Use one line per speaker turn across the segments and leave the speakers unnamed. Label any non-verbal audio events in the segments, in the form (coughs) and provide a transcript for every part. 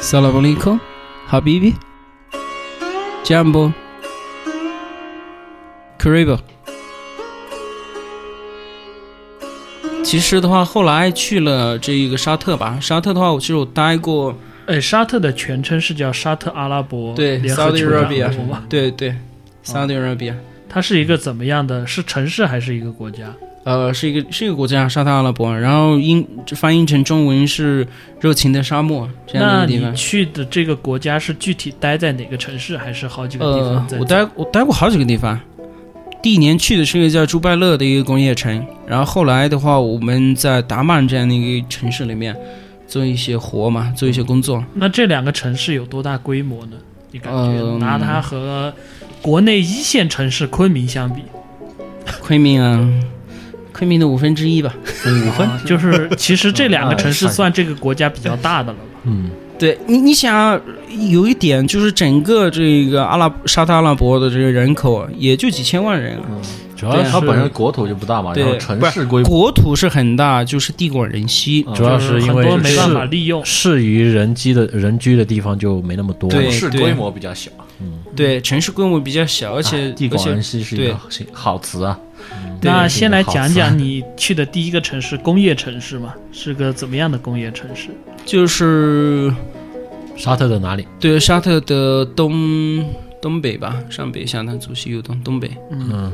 Salam alaikum, Habibi, Jambo, Kariba。其实的话，后来去了这一个沙特吧。沙特的话，我其实我待过，
哎，沙特的全称是叫沙特阿拉伯
对
哦联合
Saudi
酋长
Arabia
国哦吧？
对对，Saudi Arabia，、
它是一个怎么样的？是城市还是一个国家？
呃，是一个是一个国家，沙特阿拉伯。然后英这翻译成中文是“热情的沙漠”这样的
那
一个地
你
方。
去的这个国家是具体待在哪个城市，还是好几个地
呃
方在？，
我待我待过好几个地方。第一年去的是一个叫朱拜勒的一个工业城，然后后来的话，我们在达曼这样的一个城市里面做一些活嘛，做一些工作。
那这两个城市有多大规模呢？你感觉
嗯
拿它和国内一线城市昆明相
(laughs)
比，
昆明啊，昆明的五分之一吧。
五分，
啊就是其实这两个城市
嗯
算这个国家比较大的了吧？
嗯，
对你，你想啊有一点就是整个这个阿拉沙特阿拉伯的这个人口啊也就几千万人啊，
主要
对
是它
是
本身国土就不大嘛，
对
然后城
不是
市规模，
国土是很大，就是地广人稀。
嗯
主要
就是
因
很多
为
没办法
适
利用。
适于人居的人居的地方就没那么多。
对
市规模比较小，
对，城市规模比较小，而且、
啊
哎地
而
广
且
人稀是一个好好词啊。
对
那
对
先来讲
好
讲你去的第一个城市，工业城市嘛，是个怎么样的工业城市？
就是
沙特的哪里？
对，沙特的东东北吧，上北下南左西右东，东北。
嗯，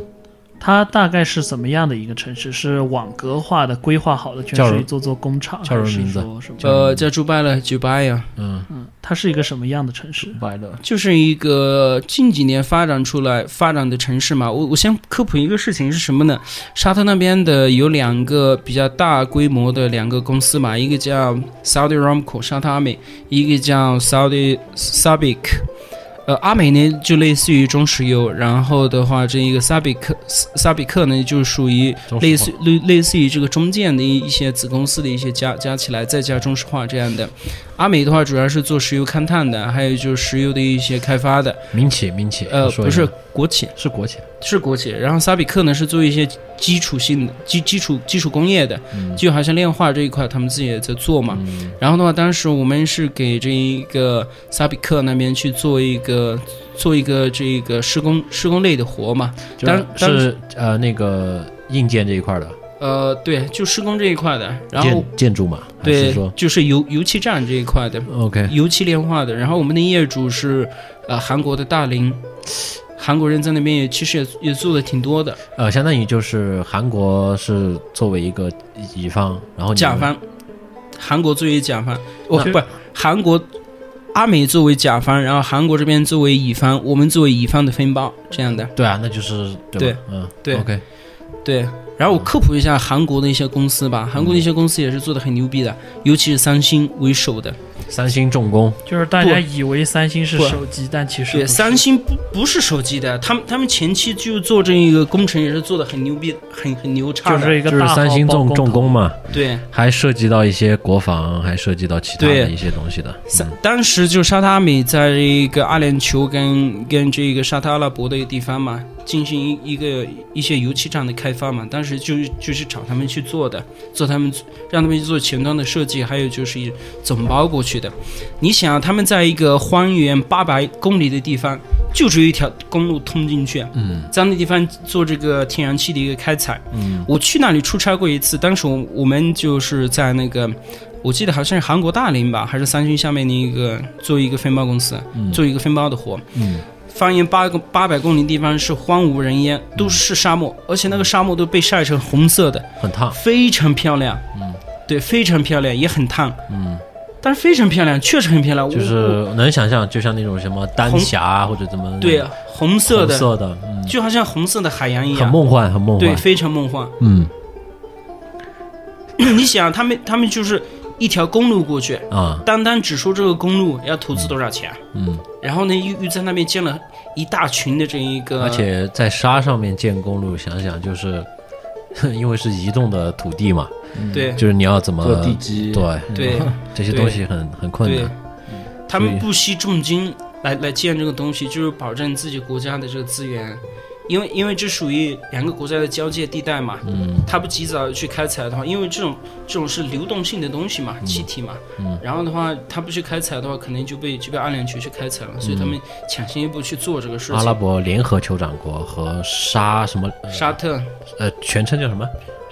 它大概是怎么样的一个城市？是网格化的、规划好的，全
叫
是
什
一座座工厂，
叫什么
还是
名字
说什么？
呃，叫朱拜勒，朱拜呀，
嗯，它是一个什么样的城市？
快乐，
就是一个近几年发展出来发展的城市嘛。我我先科普一个事情是什么呢？沙特那边的有两个比较大规模的两个公司嘛，一个叫 Saudi Aramco 沙特阿美，一个叫 Saudi Sabic。呃，阿美呢就类似于中石油，然后的话，这一个萨比克萨比克呢就属于
中石化
类似类类似于这个中建的一一些子公司的一些加加起来，再加中石化这样的。阿美的话主要是做石油勘探的，还有就是石油的一些开发的，
民企，民企，
呃，
说
不
一下
是国企，
是国企，
是国企。然后萨比克呢是做一些基础性的基基础基础工业的，
嗯
就好像炼化这一块他们自己也在做嘛。
嗯
然后的话，当时我们是给这一个萨比克那边去做一个做一个这个施工施工类的活嘛。
就
当当
是呃那个硬件这一块的
呃，对，就施工这一块的。然后
建建筑嘛，还是
对
说，
就是油油气站这一块的，
OK
(laughs) 油气炼化的。然后我们的业主是呃韩国的大林，韩国人在那边也其实也也做的挺多的，
呃，相当于就是韩国是作为一个乙方，然
嗯
后你
甲
们
方，韩国作为甲方，哦
那
不，韩国阿美作为甲方，然后韩国这边作为乙方，我们作为乙方的分包这样的。
对啊，那就是
对
吧嗯
对
OK
对，然后我科普一下韩国的一些公司吧，韩国的一些公司也是做的很牛逼的，尤其是三星为首的。
三星重工
就是大家以为三星是
不
手机，但其实
对，
不是
三星不不是手机的，他们他们前期就做这一个工程也是做的很牛逼，很很牛叉
就
的。
是一个
就是
大
三星
包
重
工
重
头
工嘛，
对，
还涉及到一些国防，还涉及到其他的一些东西的。嗯
三当时就沙特阿美在一个阿联酋跟跟这个沙特阿拉伯的一个地方嘛，进行一一个一些油气站的开发嘛，当时就就是找他们去做的，做他们让他们去做前端的设计，还有就是一总包过去的。你想，啊他们在一个荒原八百公里的地方，就只有一条公路通进去，嗯，在那地方做这个天然气的一个开采，嗯，我去那里出差过一次，当时我我们就是在那个。我记得好像是韩国大林吧，还是三星下面的一个做一个分包公司，
嗯
做一个分包的活。
嗯，
方圆八个八百公里地方是荒无人烟，都是沙漠，
嗯
而且那个沙漠都被晒成红色的，
很烫，
非常漂亮。嗯，对，非常漂亮，也很烫。嗯，但是非常漂亮，确实很漂亮。我
就是能想象，就像那种什么丹霞啊或者怎么
对
红
红色
色
的，
的，嗯
就好像红色的海洋一
很
样，
梦幻，很梦
对，
幻。
非常梦
(laughs)
幻。
嗯
你想，啊他们他们就是一条公路过去，
啊
单单只说这个公路要投资多少钱？
嗯，
然后呢，又又在那边建了一大群的这一个，
而且在沙上面建公路，想想就是， (laughs) 因为是移动的土地嘛，
对
嗯就是嗯你要怎么
呃
做地基，
对
对
这些东西很很困
对
难。，
他们不惜重金来来建这个东西，就是保证自己国家的这个资源因为因为这属于两个国家的交界地带嘛，
嗯
它不及早去开采的话，因为这种这种是流动性的东西嘛，气体嘛，
嗯
然后的话，它不去开采的话，可能就被就被阿联酋去开采了，所以他们抢先一步去做这个事情。
嗯阿拉伯联合酋长国和沙什么呃
沙特
呃全称叫什么？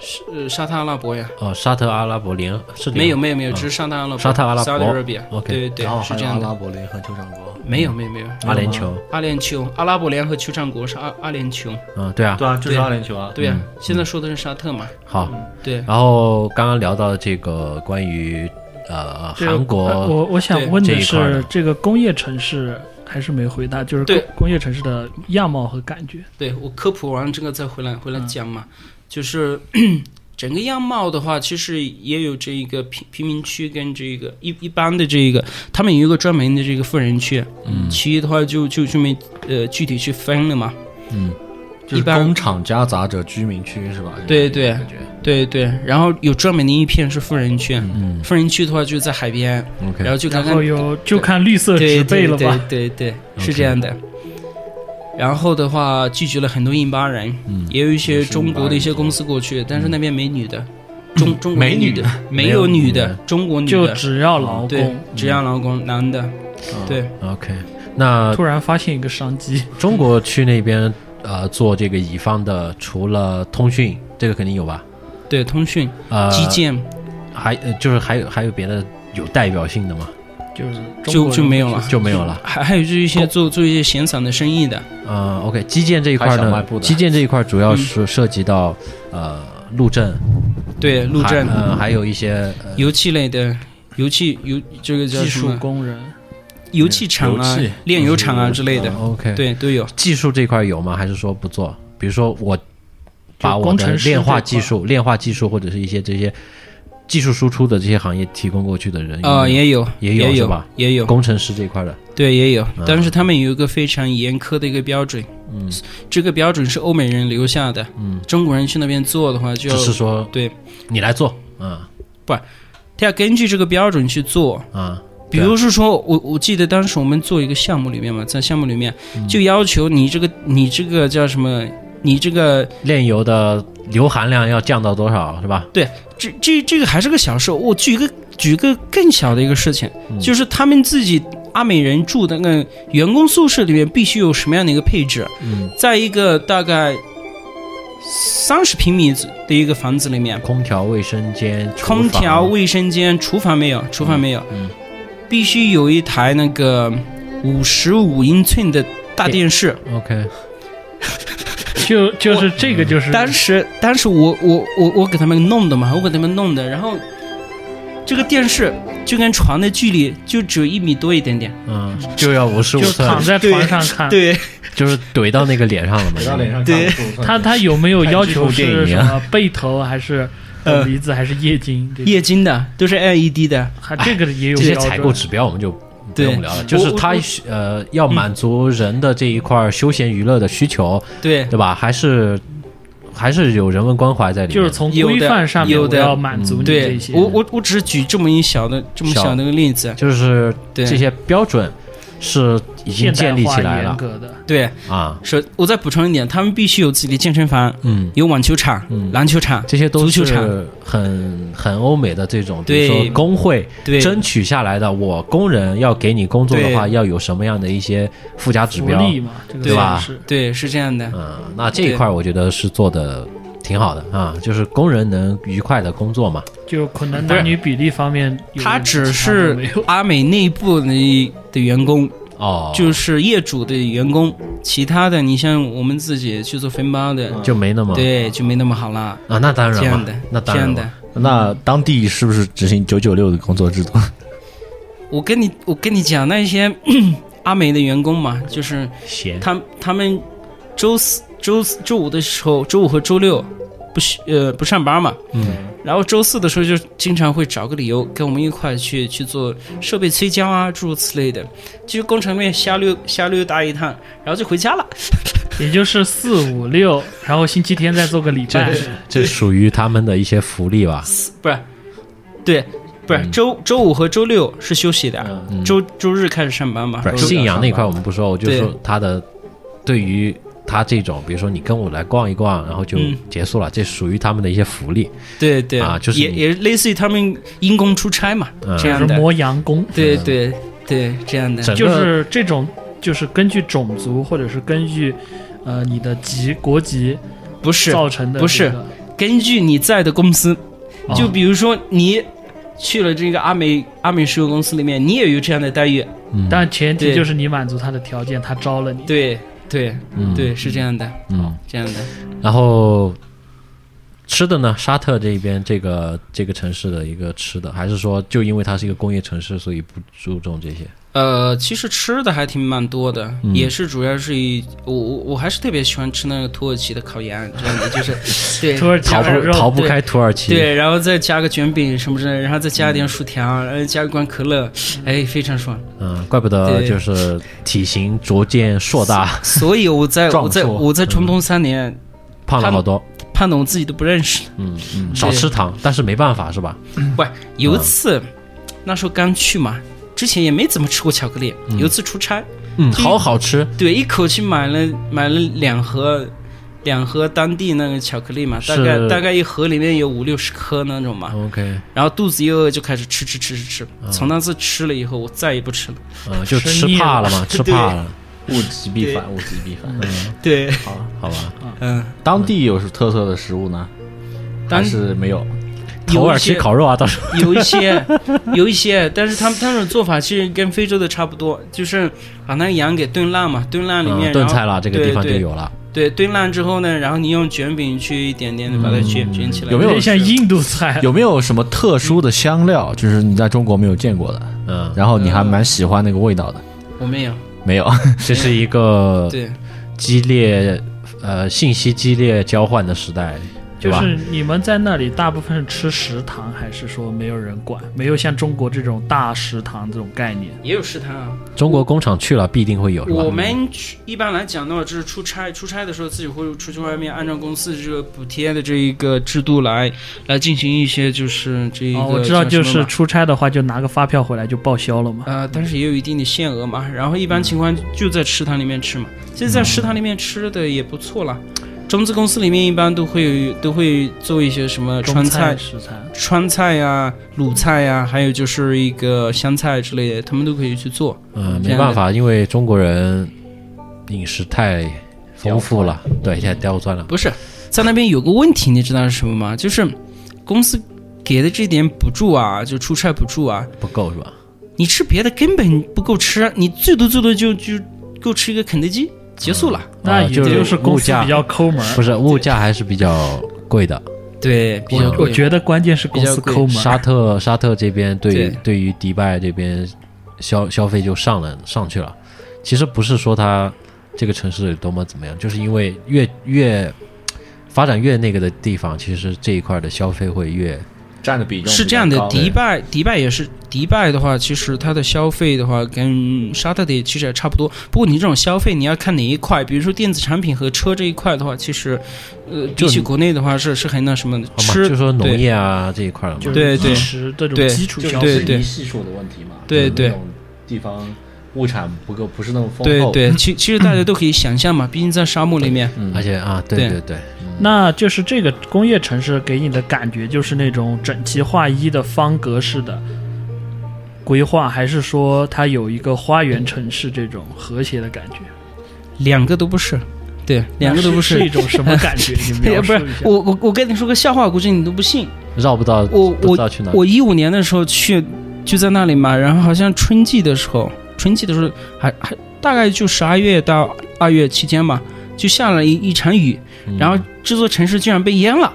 是沙特阿拉伯呀，
哦，沙特阿拉伯联是联
没有没有没有，只是沙特阿拉伯，
沙特阿拉伯
Saudi Arabia，
OK
对对对
然后，
是
还
这
有阿
样
拉
的，
伯联合酋长国，
没有没有没有，嗯
阿联酋，
阿联酋阿拉伯联合酋长国是阿阿联酋，
嗯，对啊，
对啊，就是
对
阿联酋啊。
对呀，现在说的是沙特嘛，
好。
对，
然后刚刚聊到这个关于呃
这个
韩
呃
国
我我想问的
这一块的
是，这个工业城市还是没回答，就是
对
工工业城市的样貌和感觉。
对我科普完这个再回来回来讲嘛，就是整个样貌的话，其实也有这一个贫贫民区跟这个一一般的这一个，他们有一个专门的这个富人区，
嗯
其余的话就就就没呃具体去分了嘛，
嗯
就
一
是
般
工厂夹杂着居民区是吧？这
对
种
对
感觉
对对，然后有专门的一片是富人区，
嗯
富人区的话就在海边，然
，OK，
后就刚
然
刚
后有就看绿 (laughs) 色
对
植被
对
了吧？
对对对，是这样的。然后的话，聚集了很多印巴人，
嗯
也有一些
也是
中国的一些公司过去，但是那边没女的，中中国
没
女
女
的， (laughs) 没
没
有
有
女
女
的
的，
中国女
就
的，嗯
只要劳
对
工。，
只要老公男的，对，
OK，那
突然发现一个商机，
中国去那边呃做这个乙方的，除了通讯，这个肯定有吧？
对，通讯、
呃，
基建
还呃就是还有还有别的有代表性的吗？
就是中
就
国
就
人
没有啊了，
就没有了。
还还有就是一些做做一些闲散的生意的，
呃，OK，基建这一块
还有小卖
呢
部，的
基建这一块主要是涉及到呃路政、
对，路政
还、呃还有一些呃
油气类的，油气油这个叫
技
什
术
么？
工人，
油气厂啊
油气、
炼油厂啊之类的，
呃 OK，
对，都有。
技术这块有吗？还是说不做？比如说我把我
工
的
程师
炼化
这块
技术、炼化技术或者是一些这些技术输出的这些行业提供过去的人有没有
呃，也有，
也有
也
是吧
也有，
工程师这块的，
对，也有，但是他们有一个非常严苛的一个标准，
嗯，
这个标准是欧美人留下的，
嗯，
中国人去那边做的话就
只
要，
是说
对
你来做，啊
他要根据这个标准去做。
啊，
比如是说，我我记得当时我们做一个项目里面嘛，在项目里面
嗯
就要求你这个你这个叫什么，你这个
炼油的硫含量要降到多少是吧？
这这这个还是个小事。我举一个举一个更小的一个事情，
嗯
就是他们自己阿美人住的那个员工宿舍里面必须有什么样的一个配置？
嗯，
在一个大概三十平米的一个房子里面，
空调、卫生间、厨
空
房
调、卫生间、厨房没有，厨房没有，
嗯
必须有一台那个五十五英寸的大电视。
，OK，
就就是这个就是
嗯
当时当时我我我我给他们弄的嘛，我给他们弄的，然后这个电视就跟床的距离就只有一米多一点点。
嗯，就要五十五
就
寸，
躺在
对
床上看。
对，
就是怼到那个脸上了嘛，
怼到脸上
对
看不出
他他有没有要求
看这部
是
电影
什
啊嗯
么背投还是
呃
离子还是液晶？这个
液晶的都是 LED 的，
还这个也有
这些
标
采购
准
指标我们就不
对
用聊了，就是它
我
呃要满足人的这一块休闲娱乐的需求，
对
对吧？还是还是有人文关怀在里面，
就是从
有的
规范上面
有
我
的嗯
要满足你这
对
些。，
我我我只是举这么一小的这么
小
小的一个例子，
就是
对
这些标准是已
现代
经建立
化
起来
严
了
格的，
对，
啊，
是我再补充一点，他们必须有自己的健身房，
嗯，
有网球场、
嗯
篮球场，
这些都
足球
是
场
很很欧美的这种，比
对
如说工会
对，
争取下来的，我工人要给你工作的话，
对
要有什么样的一些附加指
福
标？
利嘛，这个
对
吧
算是
对，是这样的，
嗯，那这一块儿我觉得是做的挺好的啊，就是工人能愉快的工作嘛。
就可能
不是
男女比例方面有，
他只
其他的
是
没有
阿美内部的的员工，
哦，
就是业主的员工，其他的你像我们自己去做分包的，
就没那么
对，就没那么好了。
嗯啊，那当
这
然
样
嘛
的，，
那
这
当然
样
嘛
的，
那当地是不是执行九九六的工作制度？
我跟你我跟你讲那些 (coughs) 阿美的员工嘛，就是
闲
他他们周四、周四、周五的时候，周五和周六不许呃不上班嘛，嗯，然后周四的时候就经常会找个理由跟我们一块去去做设备催交啊，诸如此类的，就工程里面瞎溜瞎溜达一趟，然后就回家了。
也就是四五六，然后星期天再做个礼拜，
这属于他们的一些福利吧？
不是，对，不是、周周五和周六是休息的，
嗯
周周日开始上班嘛
不。是
周六
信仰
上
那
班
块我们不说，我就
对
说他的对于他这种，比如说你跟我来逛一逛，然后就
嗯
结束了，这属于他们的一些福利。
对对
啊就是
也
你
也类似于他们因公出差嘛、
嗯
这
就
样
是
的，
磨洋工，
对对对这样的，
整
就
个
是这种，就是根据种族或者是根据呃你的籍国籍
不是
造成的这个，
不是根据你在的公司，
啊
就比如说你去了这个阿美阿美石油公司里面，你也有这样的待遇，
嗯，
但前提
对
就是你满足他的条件，他招了你。
对对
嗯
对，是这样的，
嗯，
这样的。
然后吃的呢，沙特这边这个这个城市的一个吃的，还是说就因为它是一个工业城市，所以不注重这些？
呃，其实吃的还挺蛮多的，
嗯
也是主要是以我我我还是特别喜欢吃那个土耳其的烤羊，这样的就是
(laughs)
对
土耳其
逃
烤
不
肉
逃不开土耳其。
对，然后再加个卷饼什么之类的，然后再加一点薯条，然后加一罐可乐，哎，非常爽。
嗯，怪不得
对
就是体型逐渐硕大，
所以我在
壮
我在
硕
我在冲东三年，
胖了好多。
胖的我自己都不认识。
嗯嗯，少吃糖，但是没办法是吧？嗯
有一次，那时候刚去嘛，之前也没怎么吃过巧克力。有一次出差，
嗯，
对
好好吃。
对，一口气买了买了两盒，两盒当地那个巧克力嘛，大
是
概大概一盒里面有五六十颗那种嘛，
OK，
然后肚子一饿就开始吃吃吃吃吃，从那次吃了以后，我再也不吃了。
嗯，就
吃
吃
腻
怕
了
了嘛，吃怕了，
物极必反，物极必反。
对，
好吧？
(laughs) 嗯，
当地有特色的食物呢？
当
还是没有？
有
土耳
一
其
些
烤肉啊，到时候
有一些，有一些，但是他们他们的做法其实跟非洲的差不多，就是把那个羊给炖烂嘛，炖烂里面、
嗯
然
炖
后
菜啦，这个
对
地方就
对
有了。
对炖烂之后呢，然后你用卷饼去一点点的把它卷、卷起来，
有没有
点像印度
(laughs)
菜？
有没有什么特殊的香料，就是你在中国没有见过的，
嗯，
然后你还蛮喜欢那个味道的？
我没有，
没 (laughs) 有，
这是一个
对
激烈呃信息激烈交换的时代，
就
对吧？
是你们在那里大部分是吃食堂，还是说没有人管？没有像中国这种大食堂这种概念？
也有食堂啊。
中国工厂去了必定会有，是吧？
我们去一般来讲的话，就是出差，出差的时候自己会出去外面，按照公司这个补贴的这一个制度来来进行一些就是这一个、
哦，我知道，就
叫什么
是
嘛
出差的话，就拿个发票回来就报销了嘛。
呃，但是也有一定的限额嘛。然后一般情况就在食堂里面吃嘛，其实，在食堂里面吃的也不错啦。中资公司里面一般都会有都会做一些什么呃川
中
菜、啊
食材，
川菜呀、鲁菜呀、还有就是一个湘菜之类的，他们都可以去做。
嗯，没办法，因为中国人饮食太丰富了，对，太刁钻了。
不是，在那边有个问题，你知道是什么吗？就是公司给的这点补助啊，就出差补助啊，
不够是吧？
你吃别的根本不够吃，啊你最多最多就就够吃一个肯德基，结束了。
那
啊
也
就是
就是公
物
司
价
比较抠门儿。
不是物价还是比较贵的。
对，比较
我
我
贵。
觉得关键是公
比
司
较贵
抠门
沙
儿。
特沙特这边对
对
对于迪拜这边消消费就上了上去了。其实不是说它这个城市有多么怎么样，就是因为越越发展越那个的地方，其实这一块的消费会越哦
占的比
是这样的，迪拜，迪拜也是，迪拜的话，其实它的消费的话，跟沙特的其实也差不多。不过你这种消费，你要看哪一块，比如说电子产品和车这一块的话，其实，呃，比
就
起国内的话是是很那什么的。
好嘛，
吃
就说农
对
业啊这一块了嘛。
就是
对对
衣食这种
对
基础消
对
费
对
系数的问题嘛
对
就是那
对
种地方物产不够，不是那么丰
对对，其其实大家都可以想象嘛，毕竟在沙漠里面，
嗯
而且啊，对
对
对对，
那就是这个工业城市给你的感觉就是那种整齐划一的方格式的规划，还是说它有一个花园城市这种和谐的感觉？
两个都不是，对，两个都不
是，是
是。
一种什么感
(laughs)
觉？你
也
描
不
述
是
一下。
我我我跟你说个笑话，估计你都不信。
绕不到
我
不知道去哪。
我一五年的时候去就在那里嘛，然后好像春季的时候，春季的时候还还大概就十二月到二月期间嘛，就下了一一场雨，
嗯
然后这座城市居然被淹了。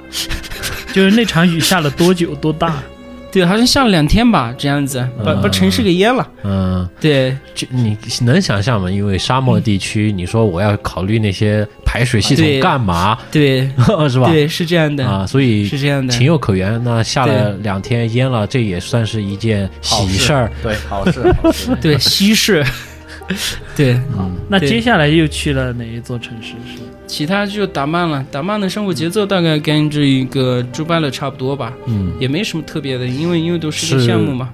就是那场雨下了多久多大？
对，好像下了两天吧，这样子把、把城市给淹了。
嗯，
对，
就你能想象吗？因为沙漠地区，你说我要考虑那些排水系
对
统干嘛， (laughs)
对，
是吧？
对，是这样的，
啊，所以
是这样的。
情有可原。那下了两天淹了，这也算是一件喜事儿。
对，好事，好事
(laughs) 对，西
(laughs)
式，对，
那
对
接下来又去了哪一座城市？是
其他就达曼了。达曼的生活节奏大概跟这一个朱拜勒差不多吧，
嗯，
也没什么特别的，因为因为都是个
是
项目嘛。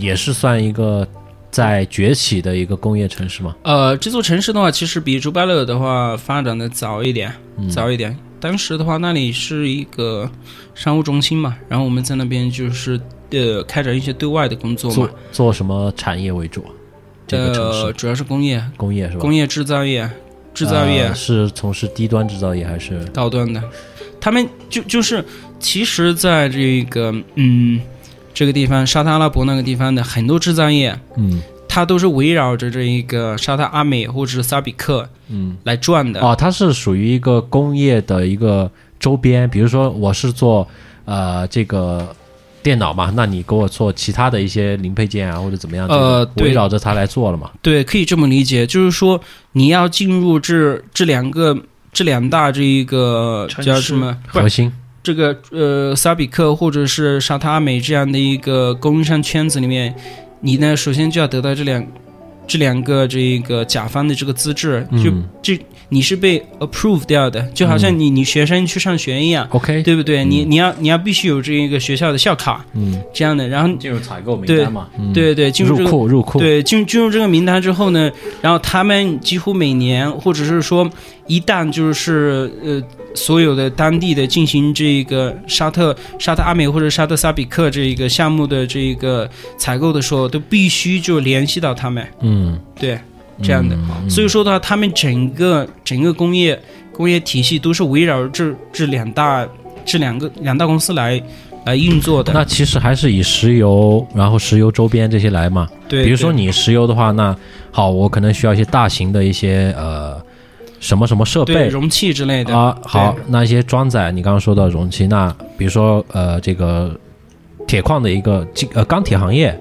也是算一个在崛起的一个工业城市嘛。
呃，这座城市的话，其实比朱巴勒的话发展的早一点，
嗯
早一点。当时的话，那里是一个商务中心嘛，然后我们在那边就是呃开展一些对外的工作嘛
做，做什么产业为主啊？这个城
呃
市
主要是工业、
工业是吧？
工业制造业、制造业、
呃是从事低端制造业还是
高端的，他们就就是其实在这个嗯这个地方沙特阿拉伯那个地方的很多制造业，
嗯
它都是围绕着这一个沙特阿美或者是萨比克
嗯
来转的。
哦，它是属于一个工业的一个周边，比如说我是做呃这个电脑嘛，那你给我做其他的一些零配件啊或者怎么样，
呃
就是围
对
绕着它来做了嘛。
对，可以这么理解，就是说你要进入这这两个这两大这一个
城市
叫什么？不
核
是
心
这个呃萨比克或者是沙特阿美这样的一个供应商圈子里面，你呢首先就要得到这两这两个这个甲方的这个资质，就
嗯
你是被 approve 掉的，就好像你你学生去上学一样。
OK，
对不对？你你要你要必须有这一个学校的校卡
嗯
这样的，然后
进入采购名
单
嘛，
嗯，
对对，进入这
入
个
库入库，
对，进进入这个名单之后呢，然后他们几乎每年，或者是说一旦就是呃，所有的当地的进行这个沙特、沙特阿美或者沙特萨比克这一个项目的这个采购的时候，都必须就联系到他们，
嗯
对，这样的。
嗯
所以说的话，他们整个整个工业工业体系都是围绕这这两大这两个两大公司来来运作的。
那其实还是以石油，然后石油周边这些来嘛。
对，
比如说
对
你石油的话，那好，我可能需要一些大型的一些呃什么什么设
对
备
容器之类的，
啊。好，那一些装载你刚刚说到容器，那比如说呃这个铁矿的一个进呃钢铁行业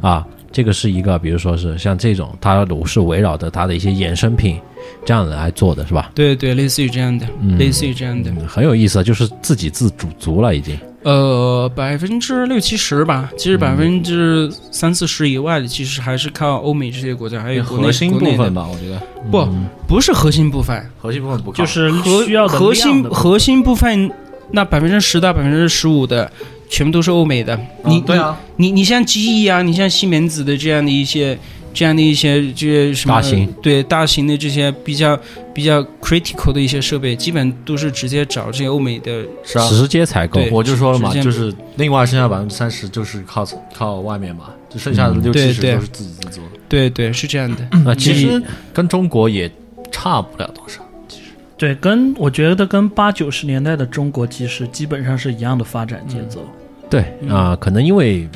啊，这个是一个，比如说是像这种，它是围绕着它的一些衍生品这样子来做的是吧？
对对，类似于这样的，
嗯
类似于这样的。
嗯很有意思啊，就是自给自足足了已经。
呃，百分之六七十吧，其
嗯
实百分之三四十以外的，其实还是靠欧美这些国家，还有国内
核心部
国内
分
的
吧，我嗯觉得
不不是核心部分，
核心部分不靠
就是
核
需要的
核心
量的部分
核心部分那百分之十到百分之十五的，全部都是欧美的。你、
嗯对啊，
你你像机翼啊，你像西门子的这样的一些。这样的一些这些什么
大型
对大型的这些比较比较 critical 的一些设备，基本都是直接找这些欧美的
是啊，
直接采购，
对
我就说了嘛，
直接
就是另外剩下百分之三十就是靠靠外面嘛，就剩下的六
对
七十
嗯对
都是自己自做的。
对对，是这样的。
那
其
其实
实跟中国也差不了多少。
对，跟我觉得跟八九十年代的中国其实基本上是一样的发展节奏。
对啊、可能因为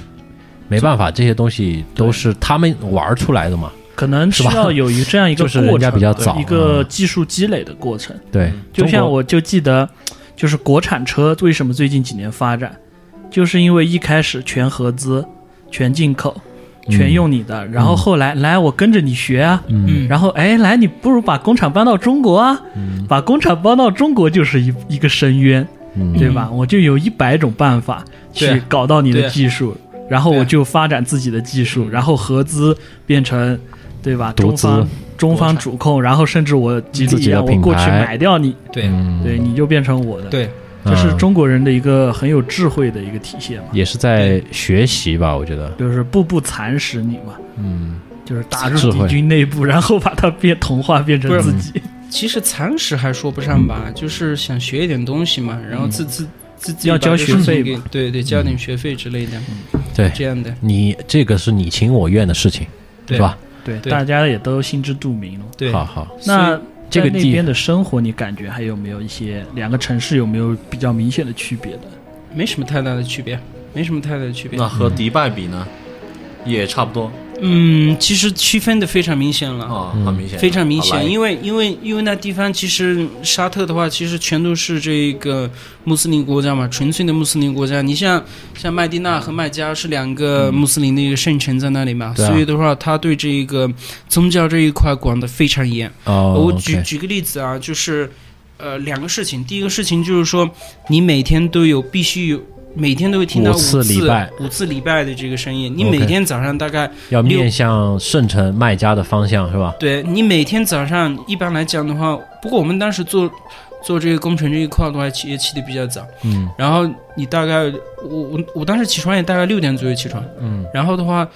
没办法，这些东西都是他们玩出来的嘛。
可能需
是吧
要有一这样一个过
就是
程，
人家比较早
一个
嗯
技术积累的过程。
对，
就像
中国
我就记得，就是国产车为什么最近几年发展，就是因为一开始全合资、全进口、
嗯
全用你的，然后后来来我跟着你学啊，
嗯，
然后哎来你不如把工厂搬到中国啊，把工厂搬到中国就是一一个深渊，
嗯
对吧？我就有一百种办法去
对
搞到你的
对
技术，然后
对
我就发展自己的技术，然后合资变成，对吧？
嗯独
中
资
方中方主控，然后甚至我吉
自
利
己
一
的
样，我
品
过去
牌
买掉你，
对
嗯
对，你就变成我的。，
对，
这
嗯啊
是中国人的一个很有智慧的一个体现嘛，
也是在学习吧，我觉得，
就是步步蚕食你嘛，
嗯，
就是打
智
入
慧
敌军内部，然后把它变同化变成
不是
自己。 (laughs)
其实蚕食还说不上吧，就是想学一点东西嘛，然后自自自自己
要
把这
交
个
学
事情
费
给
嘛
对对，交点学费之类的，
对
这样的
你这个是你情我愿的事情，
对
是？吧？
对，
对
大家也都心知肚明了。
对，
好好，
那
这个
在
地
那边的生活，你感觉还有没有一些两个城市有没有比较明显的区别的？
没什么太大的区别，没什么太大的区别。
那和迪拜比呢，也差不多
嗯，其实区分的非常明显了。
啊，很明显，
非常明显，
为
因为因为因为那地方其实沙特的话，其实全都是这个穆斯林国家嘛，纯粹的穆斯林国家。你像像麦地那和麦加是两个穆斯林的一个圣城在那里嘛，
嗯对啊
所以的话，他对这个宗教这一块管得非常严。
哦，
我举
OK
举个例子啊，就是呃两个事情，第一个事情就是说，你每天都有必须有。每天都会听到
五
五
次
次
礼拜
五次礼拜的这个声音。你
OK
每天早上大概
要
六
面向圣城卖家的方向是吧？
对你每天早上一般来讲的话，不过我们当时做做这个工程这一块的话，起也起的比较早，
嗯
然后你大概我我我当时起床也大概六点左右起床，
嗯，
然后的话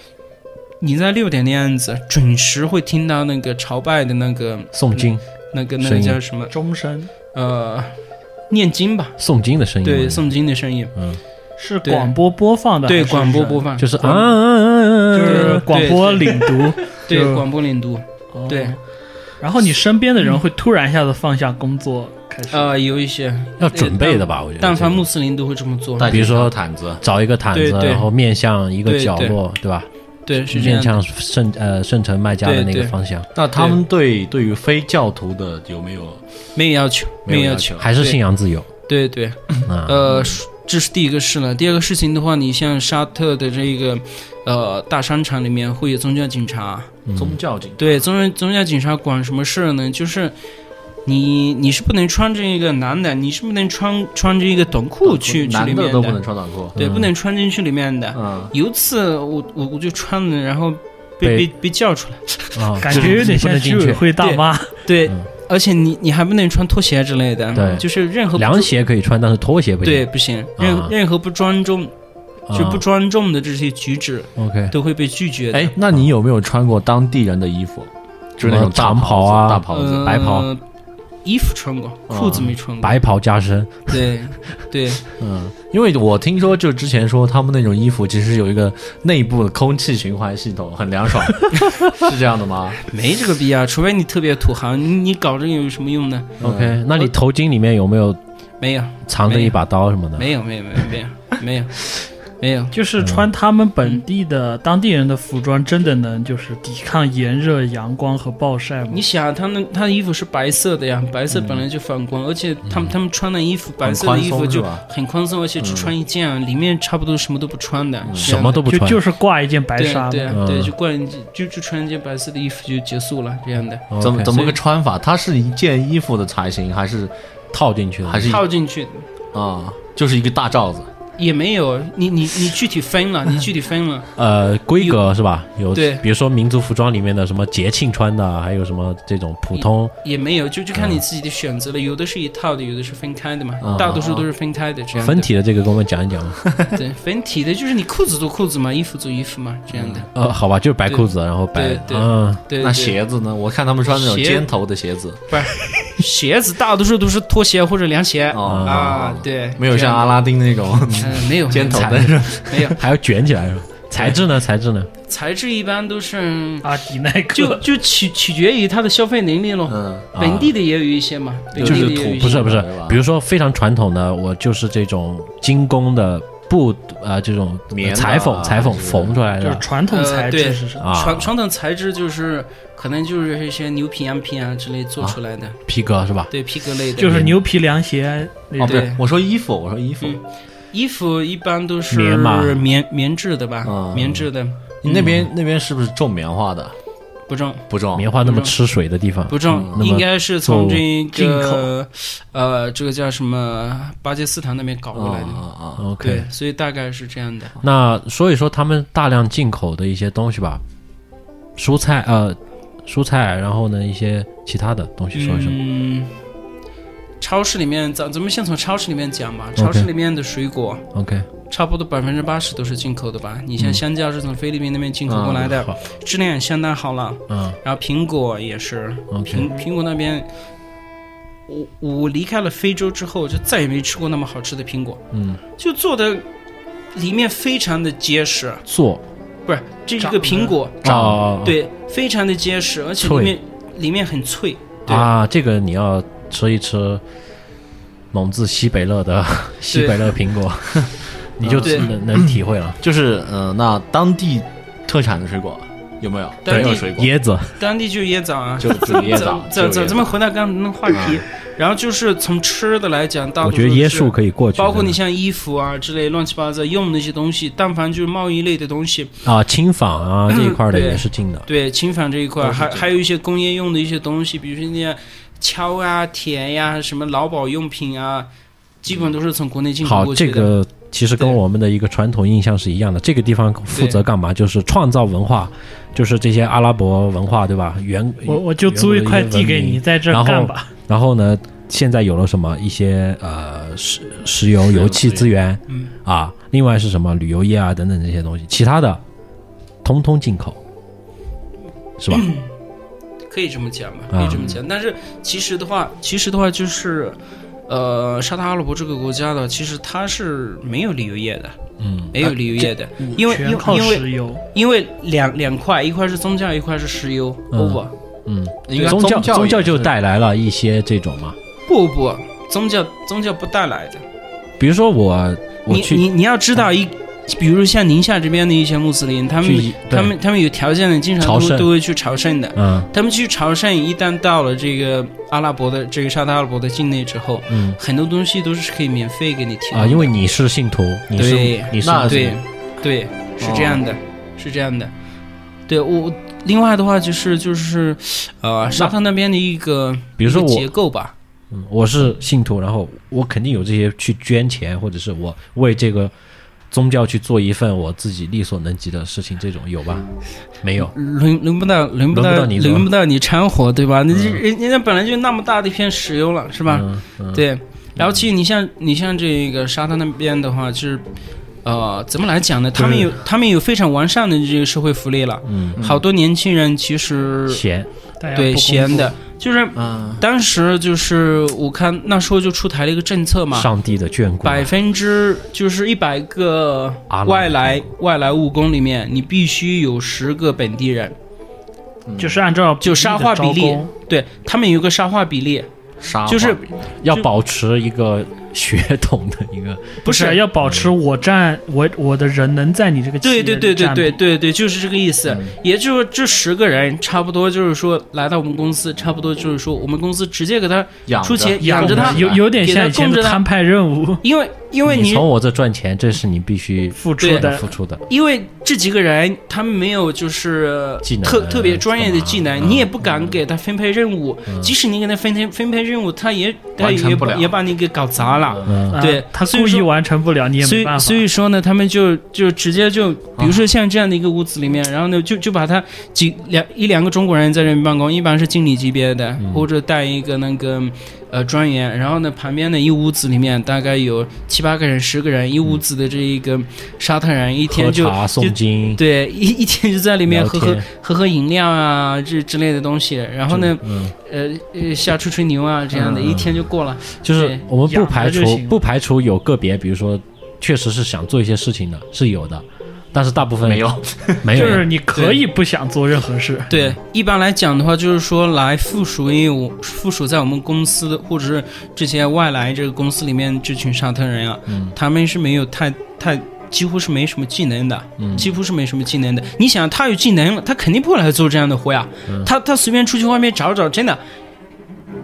你在六点的样子准时会听到那个朝拜的那个
诵经
那个那
声
个
音
叫什么
钟声
呃念经吧，
诵经的声音吗，
对诵经的声音，
是
对
广播播放的，
对
还是
广播
什么
播，放，
就是啊啊啊啊，
就
啊
是呃广播领读。
(laughs) 对
就
广播领读，
哦
对，
然后你身边的人会突然一下子放下工作，开始
呃，有一些
要准备的吧？我觉得，
但凡穆斯林都会这么做，
带
比如
几条
说
毯子，
找一个毯子
对，对
然后面向一个
对
角
对
落，对吧？
对，是这
面
样的。
向圣呃圣城麦加的那
对
个
对
方向，
那他们对对于非教徒的有没有
没有要求，
没
有
有
要
要求
还是信仰自由
对对，
啊？
呃，这是第一个事了。第二个事情的话，你像沙特的这个，呃，大商场里面会有宗教警察，
宗教警？
对，宗教宗教警察管什么事儿呢？就是你你是不能穿着一个男的，你是不能穿穿着一个短裤去去里
男
面
的都不能穿短裤。
对，不能穿进去里面的。
嗯，
有一次我我我就穿了，然后被
被
被被叫出来，
啊，
哦
感觉有点像居委会大妈，
对，
嗯
而且你你还不能穿拖鞋之类的，
对
就是任何不
凉鞋可以穿，但是拖鞋不行
对，不行，任、
啊
任何不庄重、
啊
就不庄重的这些举止
OK。
都会被拒绝的。
哎，那你有没有穿过当地人的衣服？就是那种
什么长
大袍
袍啊
子大袍哦子。
呃
白袍，
衣服穿过，裤子没穿过。
白袍加身，
对
(laughs)
对，
嗯，因为我听说，就之前说他们那种衣服其实有一个内部的空气循环系统，很凉 (laughs) 爽，是这样的吗？
没这个必要，除非你特别土豪，你你搞这个有什么用呢？
OK，那你头巾里面有没有
没
嗯
有
藏着一把刀什么的？
没有没有没有没有没有没有，
(laughs) 就是穿他们
嗯
本地的当地人的服装，真的能就是抵抗炎热、阳光和暴晒吗
你？想，他们他的衣服是白色的呀，白
嗯
色本来就反光，而且他们他们穿的衣服，白色的
宽
衣服
松是
就
吧嗯
很宽松，而且只穿一件啊，里面差不多什么都不穿的，这
什
样
么都不
就
穿。
就是挂一件白
对
纱
对
嘛，
啊对，
嗯
就挂一件就就穿一件白色的衣服就结束了，这样的
OK
怎么怎
所
么
以嗯
个穿法？它是一件衣服的裁型，还是
套进去的？
还是一啊、
套进去
就是一个大罩子，
也没有，你你你具体分
(laughs)
了，你具体分了，
呃，规格是吧？有
对
比如说民族服装里面的什么节庆穿的，还有什么这种普通
也没有，就就看你
嗯
自己的选择了，有的是一套的，有的是分开的嘛，大多数都是分开的这样的。
分体的，这个跟我们讲一讲嘛。
对 (laughs) 分体的就是你裤子做裤子嘛，衣服做衣服嘛，这样的。
呃，好吧，就是白裤子，然后白
对对
嗯，
对，
嗯
对
那鞋子呢？我看他们穿那种
鞋
尖头的鞋子，
鞋子大多数都是拖鞋或者凉鞋
哦
啊，对，
没有像阿
拉，
拉丁那种
嗯，没有
尖头
材
的，
没有
还要卷起来是吧？材质呢？材质呢？
材质一般都是
阿迪耐克
就就取取决于他的消费能力咯。
嗯，
啊
本地的也有一些嘛，本
就
地
是
的也有一
土
些
不是不是
对吧，
比如说非常传统的，我就是这种精工的布呃这种
棉的
裁缝裁缝
还是
缝出来
就是
的
传统材
呃对
质是什么？
啊
传，传统材质就是可能就是一些牛皮、羊皮啊之类做出来的，
皮革是吧？
对皮革类的。
就是牛皮凉鞋那
哦，不
种。
是，我说衣服，我说衣服，
嗯衣服一般都是
棉嘛啊
棉棉质的吧，
嗯
棉质的
你那
嗯
边那边是不是种棉花的？
不重
不种，
棉花那么吃水的地方，
不重，
嗯那么
应该是从
做
这
进
个呃这个叫什么巴基斯坦那边搞过来的。
啊啊
哦 OK
对，。所以大概是这样的。
那所以说他们大量进口的一些东西吧，蔬菜呃蔬菜，然后呢一些其他的东西说一说。
嗯，超市里面，咱咱们先从超市里面讲吧。超市里面的水果
OK，
差不多百分之八十都是进口的吧。你像香蕉是从菲律宾那边进口过来的，
嗯啊好
质量也相当好了。
嗯
然后苹果也是，
，OK，
苹苹果那边，我我离开了非洲之后，就再也没吃过那么好吃的苹果，
嗯，
就做的里面非常的结实，啊
做
不是这一
长
个
得
苹果，
哦
对，非常的结实，而且里
脆
面里面很脆。对
啊，这个你要吃一吃蒙自西北乐
(laughs)
的西北乐苹果， (laughs) 你就
对
能能体会了。
就是呃，那当地特产的水果有没有？
当地
没有水果，
椰子
当地就椰枣啊，
就只有椰
(laughs)
枣，
咱
只
咱
有椰
咱们回到刚才那话题，然后就是从吃的来讲，大
嗯我
多
觉得
数
椰
是
树可以过去，
包括
真
你
的
像衣服啊之类乱七八糟用的一些东西，但凡就是贸易类的东西，
啊，青纺啊这一块的
对
也是进的。
对琴纺这一块，
都是
还
这
还有一些工业用的一些东西，比如说那些锹啊、铁呀、什么劳保用品啊，基本都是从国内进口
好，
过
这
去的。
个其实跟
对
我们的一个传统印象是一样的。这个地方负责干嘛？就是创造文化，就是这些阿拉伯文化，对吧？原
我我就租一块地给你，。在这儿干吧。
然后呢，现在有了什么一些呃石石油、
石油
油气资源，
嗯
啊，另外是什么旅游业啊等等这些东西，其他的通通进口。
(coughs)
是吧？
可以这么讲吧，
啊
可以这么讲。但是其实的话，其实的话就是，呃，沙特阿拉伯这个国家的，其实它是没有旅游业的，
嗯，
没有旅游业的，
五
因为因
全
为
靠
因为
石油，
因为两两块，一块是宗教，一块是石油，
嗯
不不
嗯，
应该
宗
教
宗教
也
就是带来了一些这种嘛，
不不，宗教宗教不带来的。
比如说我我
你
去
你你要知道一，比如像宁夏这边的一些穆斯林，他们
去
他们他们有条件的，经常都
朝圣
都会去朝圣的
对。嗯
他们去朝圣，一旦到了这个阿拉伯的这个沙特阿拉伯的境内之后，
嗯
很多东西都是可以免费给你提供的
啊，因为你是信徒，你是
对
你是
那
对，对，是这样
哦
的，是这样的。对我，另外的话就是就是，呃，沙特那边的一个
比如说
一个
我
结构吧，
嗯我是信徒，然后我肯定有这些去捐钱，或者是我为这个宗教去做一份我自己力所能及的事情，这种有吧？没有，
轮轮不到轮不
轮不
到
到你做
轮不到你掺和，对吧？你这人人家本来就那么大的一片石油了，是吧？
嗯嗯
对，然后其实你像你像这个沙特那边的话，就是呃，怎么来讲呢？他们有他们有非常完善的这个社会福利了，
嗯，
好多年轻人其实
闲
大家不
对
工
闲
作
的，就是
嗯，
当时就是我看那时候就出台了一个政策嘛，
上帝的眷顾，啊
百分之就是一百个
阿拉伯
外来外来务工里面，你必须有十个本地人，
就是按照
就沙化比
比
例，对他们有一个沙化比例，
沙
就是
皇
要保持一个血统的一个，
不
不
是
是要保
嗯
持我占我我的人能在你这个企
对
业
对对对
占
对
比
对对，就是这个意
嗯
思。也就是这十个人，差不多就是说来到我们公司，差不多就是说我们公司直接给他
养
出
着
钱
养
养着他，
有有点
给
像
他
以前
供着
的
他
摊派任务
因为因为
你从我这赚钱，这是你必须
付出
对
要
的
付出的，
因为这几个人他们没有就是
技能
特
啊
特别专业的技
干
能，
嘛嗯
你也不敢给他分配任务。即使你给他分配分配任务，他也他
完成
也
不
把
了
也把你给搞砸了。
嗯，
啊
对
他
所以
故意
说
完成不了，你也
所
没
以
办法
所。以说呢，他们就就直接就，比如说像这样的一个屋子里面，然后呢就就把他几两一两个中国人在这边办公，一般是经理级别的，或者带一个那个呃专员，然后呢旁边的一屋子里面大概有七八个人、十个人，一屋子的这一个沙特人一天
喝
就
茶诵经，
对，一一天就在里面
聊
喝
天
喝喝喝饮料啊，这之类的东西。然后呢，
嗯，
呃呃，下吹吹牛啊，这样的、一天就过了。
就是
对
我们不排
养着就
除
行了
不排除有个别，比如说确实是想做一些事情的，是有的，但是大部分
没有，
没有
就
的，
是你可以不想做任何事，
嗯
对，一般来讲的话，就是说来附属于我附属在我们公司的，或者是这些外来这个公司里面这群沙特人啊，
嗯
他们是没有太太。几乎是没什么技能的，
嗯
几乎是没什么技能的。你想，他有技能了，他肯定不会来做这样的活呀、
嗯
他他随便出去外面找找，真的，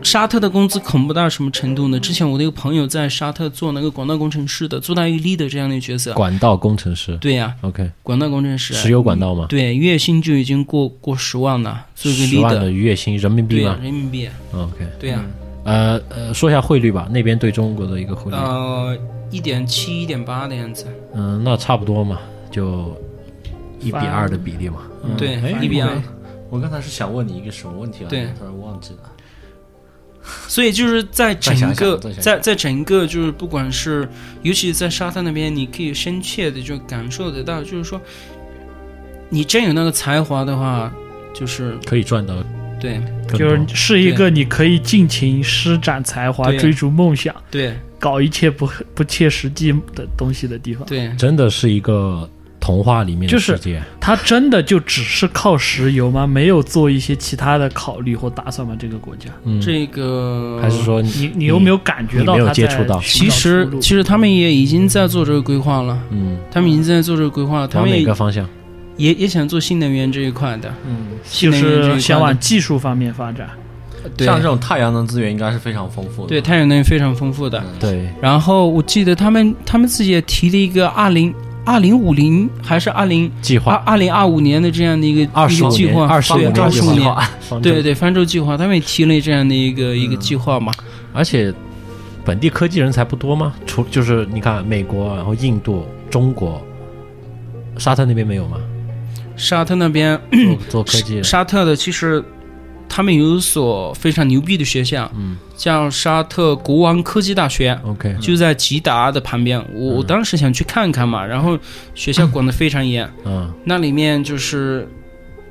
沙特的工资恐怖到什么程度呢？之前我的一个朋友在沙特做那个广告工程师的，做到一个 leader 这样的角色。
管道工程师
对呀、
，OK，
广告工程师，
石油管道吗？
对，月薪就已经过过十万了，做一个
十万
leader，
的月薪人民
对啊
币
呀、
吗
人民币，
？OK，
对呀、
呃呃，说一下汇率吧，那边对中国的一个汇率，
呃，一点七、一点八的样子，
嗯，那差不多嘛，就一比二的比例嘛，嗯
对
哎，
一比二。
我刚才是想问你一个什么问题啊来
对
着？突然忘记了。
所以就是在整
再想
个
想再想想
在在整个就是不管是，尤其是在沙滩那边，你可以深切的就感受得到，就是说，你真有那个才华的话，就是
可以赚到
对
更多，
就是是一个你可以尽情施展才华、
对
追逐梦想、
对
搞一切不不切实际的东西的地方。
对
真的是一个童话里面
就
的
是
世界，
他真的就只是靠石油吗？没有做一些其他的考虑或打算吗？这个国家，
嗯，
这个
还是说你
你你有没有感觉
你
到
没有
他
接
在
触到
寻
其
找
实
出路
其实他们也已经在做这个规划了，
嗯，
他们已经在做这个规划了，他
往
们
哪
也
个方向？
也也想做新能源这一块的，
嗯，
新
就
能源这一块
是
的
想往技术方面发展？
对
像这种太阳能资源应该是非常丰富的。
对，太阳能非常丰富的。
嗯
对，
然后我记得他们他们自己也提了一个二零二零五零还是二零
计
二
划
二零二五年的这样的一个
25
一个计划，
年25
对
年
二十五
计
年，
方针
对对方舟计划，他们也提了这样的一个
嗯
一个计划嘛。
而且本地科技人才不多吗？除就是你看美国，然后印度、中国、沙特那边没有吗？
沙特那边
做做科技人，
沙特的其实他们有一所非常牛逼的学校，
嗯
叫沙特国王科技大学。
，OK，
就在吉达的旁边，我
嗯
我当
(laughs)
时想去看看嘛，然后学校管得非常严，
嗯
那里面就是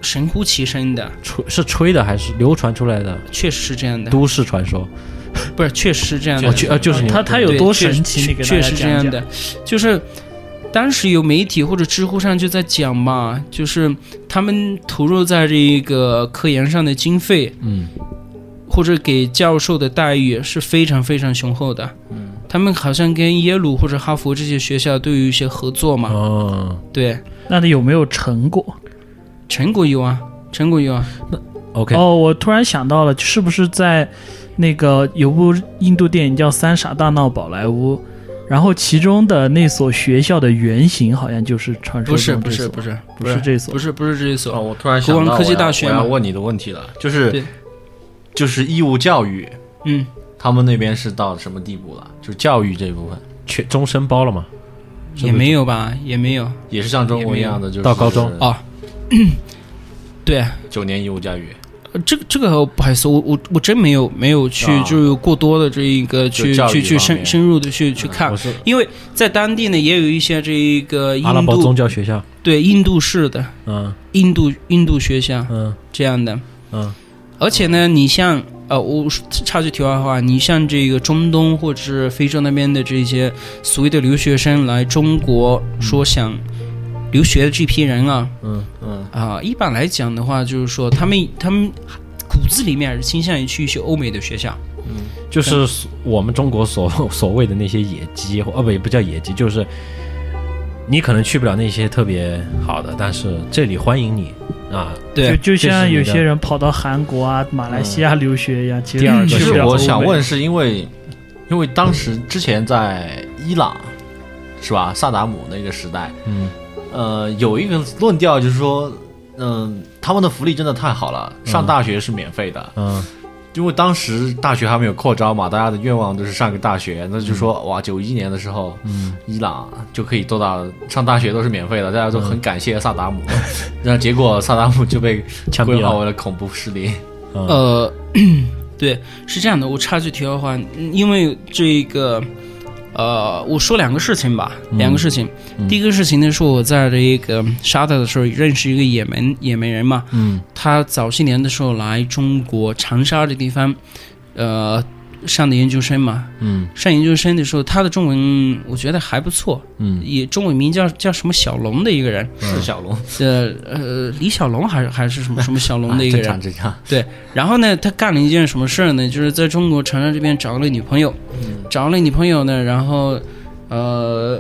神乎其神的，
吹是吹的还是流传出来的
确实是这样的，
都市传说？
不是确实是这样的
哦，，确呃就是你
它它有
对
多
确
神
实
奇？你给大
确
家
实这
讲
样
讲
的，就是当时有媒体或者知乎上就在讲嘛，就是他们投入在这个科研上的经费，
嗯，
或者给教授的待遇是非常非常雄厚的。嗯，他们好像跟耶鲁或者哈佛这些学校都有一些合作嘛。
哦
对，
那你有没有成果？
成果有啊，成果有啊。
，OK，
哦，我突然想到了，是不是在那个有部印度电影叫《三傻大闹宝莱坞》，然后其中的那所学校的原型好像就是传说
不是
中
不
这
是
所
不是
不是这所
不是不是这一
哦，
所，
我突然想到
国王科技
我要
大学
我
嘛
要问你的问题了，就是
对
就是义务教育，
嗯，
他们那边是到什么地步了？就教育这部分，
全终身包了嘛？
也没有吧，也没有
也是像中国一样的，就是
到高
嗯
中
哦。 (coughs) 对，
九年义务教育，
呃这个这个不好意思，我我我真没有没有去
啊
就是有过多的这一个去
就教育
去去
方
深
面嗯
深入的去去
啊
看
我，是
因为在当地呢也有一些这一个
阿拉
印
伯宗
度
教学校，
对印度式的
嗯
印度印度学校
嗯
这样的，
嗯，
而且呢，你像呃，我插句题外话，你像这个中东或者是非洲那边的这些所谓的留学生来中国说想留学的这批人啊，
嗯
嗯，
啊、一般来讲的话，就是说他们他们骨子里面还是倾向于去一些欧美的学校，
就是
嗯
所我们中国所 (laughs) 所谓的那些野鸡，哦不也不叫野鸡，就是你可能去不了那些特别好的，但是这里欢迎你啊，
对，
就就
这是
像
你
有
的
些人跑到韩国啊、马来西亚
嗯
留学一样，其实
第二个
去
其
不
实
了
我
欧
想
美
问，是因为因为当时之前在伊朗是吧，萨达姆那个时代，
嗯，
呃，有一个论调就是说，嗯、他们的福利真的太好了，
嗯
上大学是免费的，
嗯，
因为当时大学还没有扩招嘛，大家的愿望都是上个大学，那就说、哇，九一年的时候，嗯，伊朗就可以做到上大学都是免费的，大家都很感谢萨 (laughs) 达姆，然后结果萨达姆就被
枪
规
毙
划
了，
为了恐怖势力，
嗯
呃， (clears throat) 对，是这样的，我插句题外话，嗯因为这个，呃，我说两个事情吧，
嗯
两个事情。第一个事情呢，是我在这个沙特的时候认识一个也门也门人嘛，
嗯，
他早些年的时候来中国长沙这地方，呃，上的研究生嘛，
嗯
上研究生的时候，他的中文我觉得还不错，
嗯
也中文名叫叫什么小龙的一个人，
是小龙，
呃呃，李小龙还是还是什么什么小龙的一个
(laughs) 啊
正
人
常，正常，
然后呢，他干了一件什么事儿呢？就是在中国长沙这边找了女朋友，找了女朋友呢，然后，呃，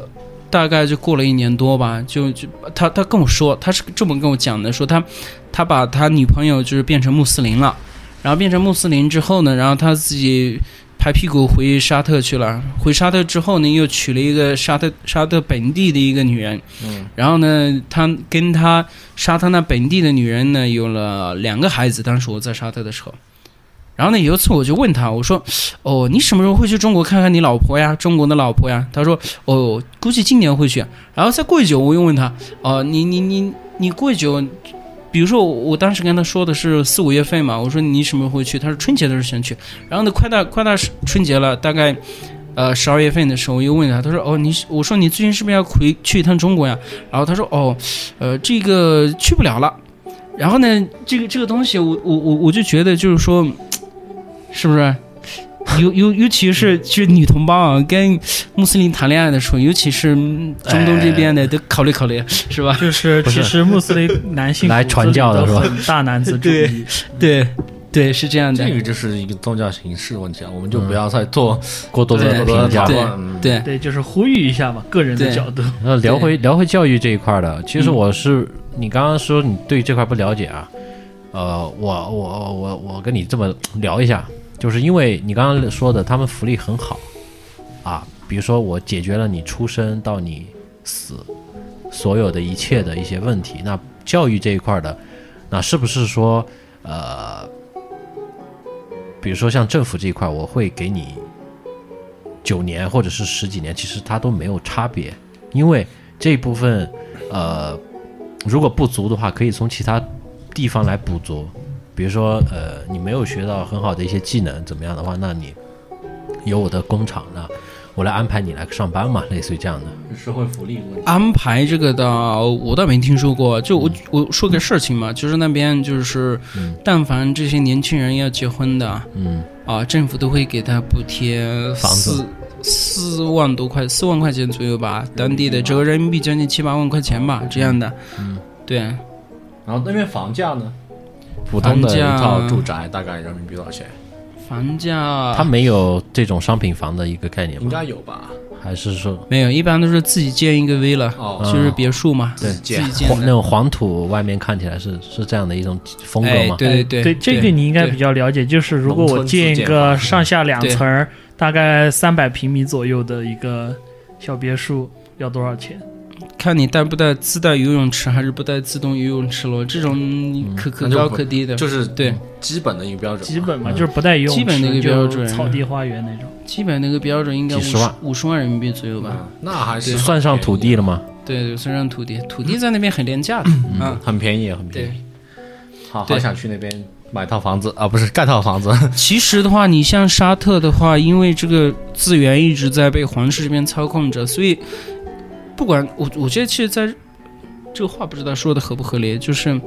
大概就过了一年多吧，就就他他跟我说，他是这么跟我讲的，说他他把他女朋友就是变成穆斯林了，然后变成穆斯林之后呢，然后他自己拍屁股回沙特去了，回沙特之后呢，又娶了一个沙特沙特本地的一个女人，
嗯，
然后呢，他跟他沙特那本地的女人呢，有了两个孩子。当时我在沙特的时候，然后呢，有一次我就问他，我说：“哦，你什么时候会去中国看看你老婆呀？中国的老婆呀？”他说：“哦，估计今年会去。”然后再过一久，我又问他：“哦，你你你你过一久，比如说我我当时跟他说的是四五月份嘛，我说你什么时候会去？他说春节的时候想去。然后呢，快到快到春节了，大概。”呃，十二月份的时候，我又问他，他说：“哦，你是我说你最近是不是要回去一趟中国呀？”然后他说：“哦，呃，这个去不了了。”然后呢，这个这个东西我，我我我就觉得就是说，是不是？ (laughs) 尤尤尤其是就是女同胞啊，跟穆斯林谈恋爱的时候，尤其是嗯中东这边的，得考虑考虑， (laughs) 是吧？
(laughs) 就是其实穆斯林男性
来
骨子
传
里
教的
都
是吧
很大男子主义，
对，对，是这样的
这。个就是一个宗教形式问题啊，我们就不要再做
过多
多多
的评
的
价
讨。
对
论，嗯
对，
(laughs) 对，就是呼吁一下嘛，个人的
对
角度。
那呃聊
对
回聊回教育这一块儿的，其实
嗯
我是、你刚刚说你对这块不了解啊，呃，我我我我跟你这么聊一下，就是因为你刚刚说的，他们福利很好啊，比如说我解决了你出生到你死所有的一切的一些问题，那教育这一块儿的，那是不是说呃，比如说像政府这一块儿，我会给你九年或者是十几年，其实它都没有差别。因为这一部分，呃，如果不足的话，可以从其他地方来补足。比如说，呃，你没有学到很好的一些技能，怎么样的话，那你有我的工厂，那我来安排你来上班嘛，类似于这样的。
嗯社会福利问题。
安排这个的，我倒没听说过。就我、我说个事情嘛，就是那边就是，但凡这些年轻人要结婚的，
嗯，
啊，政府都会给他补贴
房
四
子
四万多块，四万块钱左右吧，当地的折合人民币将近七八万块钱吧，这样的。嗯，对，
然后那边房价呢？普通的
房
一
价
套住宅大概人民币多少钱？
房价
他没有这种商品房的一个概念
应
吗？
该有吧？
还是说
没有，一般都是自己建一个 villa，、
哦，
就是别墅嘛，
对
自己建
黄那
的。
种黄土外面看起来是是这样的一种风格
哎
吗？，
对
对
对
这个你应该比较了解，就是如果我建一个上下两层儿，大概三百平米左右的一个小别墅，要多少钱？
看你带不带自带游泳池还是不带自动游泳池咯，这种可可
那就
高
不
可低的，
就是
对
基本的一个标准。
基本
嗯
嘛，就是不带游泳池，
基本的一个标准
就草地花园那种。
基本那个标准应该五
几十万
五十万人民币左右吧。
嗯那还是
算上土地
了，
了吗？
对对，算上土地，土地在那边很廉价的。嗯，
很便宜，很便
对
宜。。好，好
对
想去那边买套房子啊，不是盖套房子。
其实的话，你像沙特的话，因为这个资源一直在被皇室这边操控着，所以不管我，我觉得其实在这个话不知道说的合不合理，就是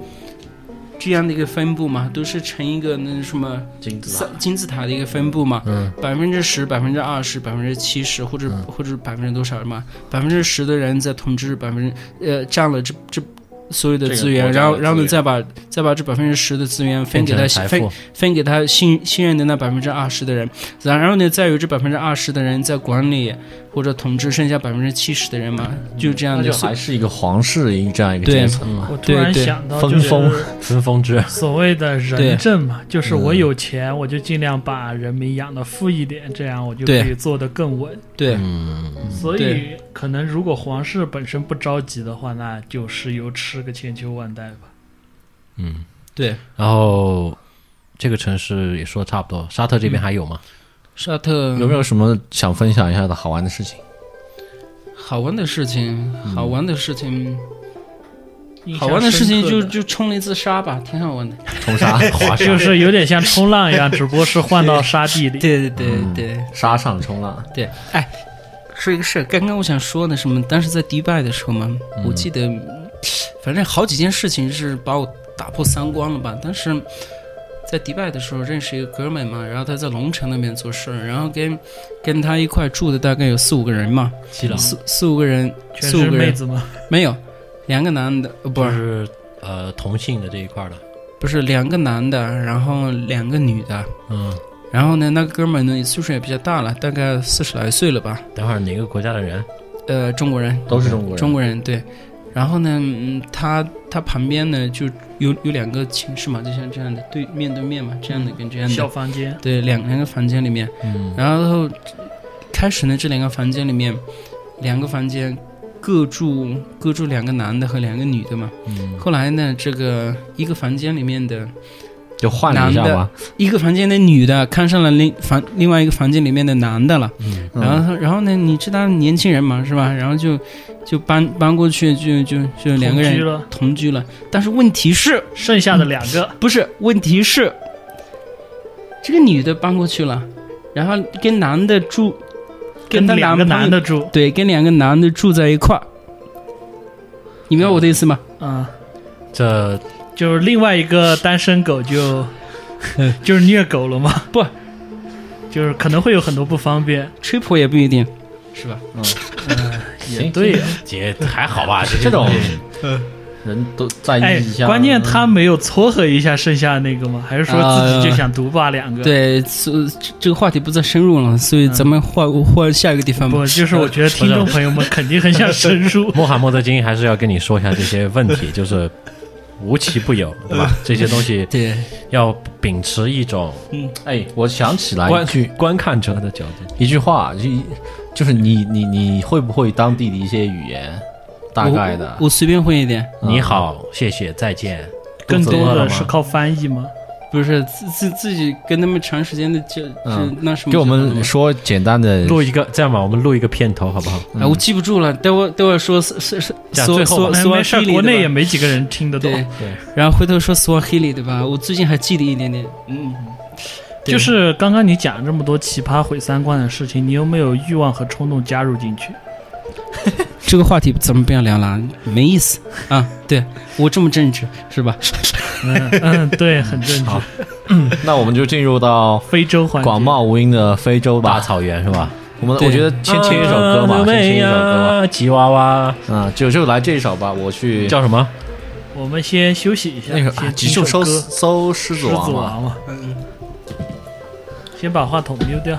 这样的一个分布嘛，都是成一个那什么
金子啊
三金字塔的一个分布嘛，
嗯
百分之十、百分之二十、百分之七十，或者、或者百分之多少嘛？百分之十的人在统治百分之呃占了这这所有的
这个
资源，
国家
然后
的
然后
资
呢
源
再把再把这百分之十的资源分
变
给
成
他
财
分
富，
分给他信信任的那百分之二十的人，然后呢，再有这百分之二十的人在管理或者统治剩下百分之七十的人嘛，就这样
那
的
就
所
还是一个皇室一个这样一个
对
阶层嘛。
我突然
对对
想到，
分
就是
封
分封制。
(laughs) 所谓的
对嗯
人证嘛，就是我有钱，我就尽量把人民养的富一点，这样我就可
对
以做得更稳。
对
嗯，
所以
对
可能如果皇室本身不着急的话，那就石油吃个千秋万代吧。
对。
然后这个城市也说得差不多，沙特这边还有吗？
沙特
有没有什么想分享一下的好玩的事情？
好玩的事情，好玩的事情，
印象
好玩的事情就
深刻
就冲了一次沙吧，挺好玩的。
冲沙、
哎
滑
的
沙、
就是有点像冲浪一样，只不过是换到沙地 (laughs) 里。
对对对对
沙上冲浪，
对，哎，嗯说一个事儿，刚刚我想说的什么，当时在迪拜的时候嘛，我记得，反正好几件事情是把我打破三观了吧。当时在迪拜的时候认识一个哥们嘛，然后他在龙城那边做事儿，然后跟跟他一块住的大概有四五个人嘛，
基朗
四四五个人，
全
四五
是
个
妹
人
子吗？
没有，两个男的，呃不
就是是呃同性的这一块的。
不是两个男的，然后两个女的。
嗯，
然后呢，那个哥们儿呢岁数也比较大了，大概四十来岁了吧，
等会儿哪个国家的人？
呃，中国人，
都是中国人。
中国人对。然后呢，嗯，他他旁边呢就有有两个寝室嘛，就像这样的对面对面嘛，这样的跟这样
小
的，
房间，
对，两两个房间里面。
嗯
然后开始呢，这两个房间里面，两个房间各住各住两个男的和两个女的嘛。
嗯，
后来呢，这个一个房间里面的
就换了一下吧。
一个房间的女的看上了另房另外一个房间里面的男的了，
嗯
然后然后呢，你知道年轻人嘛是吧？然后就就搬搬过去，就就就两个
同
人
居了，
同居了，但是问题是
剩下的两个
不是？问题是，这个女的搬过去了，然后跟男的住，
跟
她
两
男
个
朋友
男的住，
对，跟两个男的住在一块儿。你明白我的意思吗？
嗯，
这
就是另外一个单身狗 (laughs) 就就是虐狗了吗？
不，
就是可能会有很多不方便。
吹破也不一定，是吧？
行，
对呀、
姐还好吧？ (laughs) 这。
这种人都在
哎
意一下。，
关键他没有撮合一下剩下那个吗？还是说自己就想独霸两个？，
对，所这这个话题不再深入了，所
嗯
以咱们换换下一个地方吧
不，。就是我觉得听众朋友们肯定很 (laughs) 想深入
穆罕默德金还是要跟你说一下这些问题， (laughs) 就是无奇不有，对吧？这些东西
对，
要秉持一种
哎，我想起来
观
一句
观看者的角度。
一句话，就就是你你你会不会当地的一些语言？大概的
我，我随便混一点，
嗯
你好，谢谢，再见。
更
肚子饿
多
了
的
吗
是靠翻译吗？
不是自自自己跟他们长时间的就
嗯
就那什么就好了嘛。
给我们说简单的
录一个这样吧，我们录一个片头好不好？
哎，我记不住了，待会儿待会儿说是是是
讲
说
最后
说
(laughs)
吧
没
说
哎没事儿，国内也没几个人听得懂
对。
对，
然后回头说索黑里对吧？我最近还记得一点点，嗯，对
就是刚刚你讲了这么多奇葩毁三观的事情，你有没有欲望和冲动加入进去？
这个话题咱们不要聊了，没意思啊！对我这么正直是吧？
(laughs) 嗯，嗯对，很正确。
(laughs) 那我们就进入到
非洲环节
广袤无垠的非洲
大
吧。
草原是吧？
我们
对
我觉得先听一首歌
啊
吧，先听一首歌
吧。吉娃娃
吧。啊，就就来这一首吧。我去
叫什么？
我们先休息一下，
那个啊
先，听
就
首
搜
歌。
搜狮
狮
子王嘛。
嘛，先把话筒丢掉。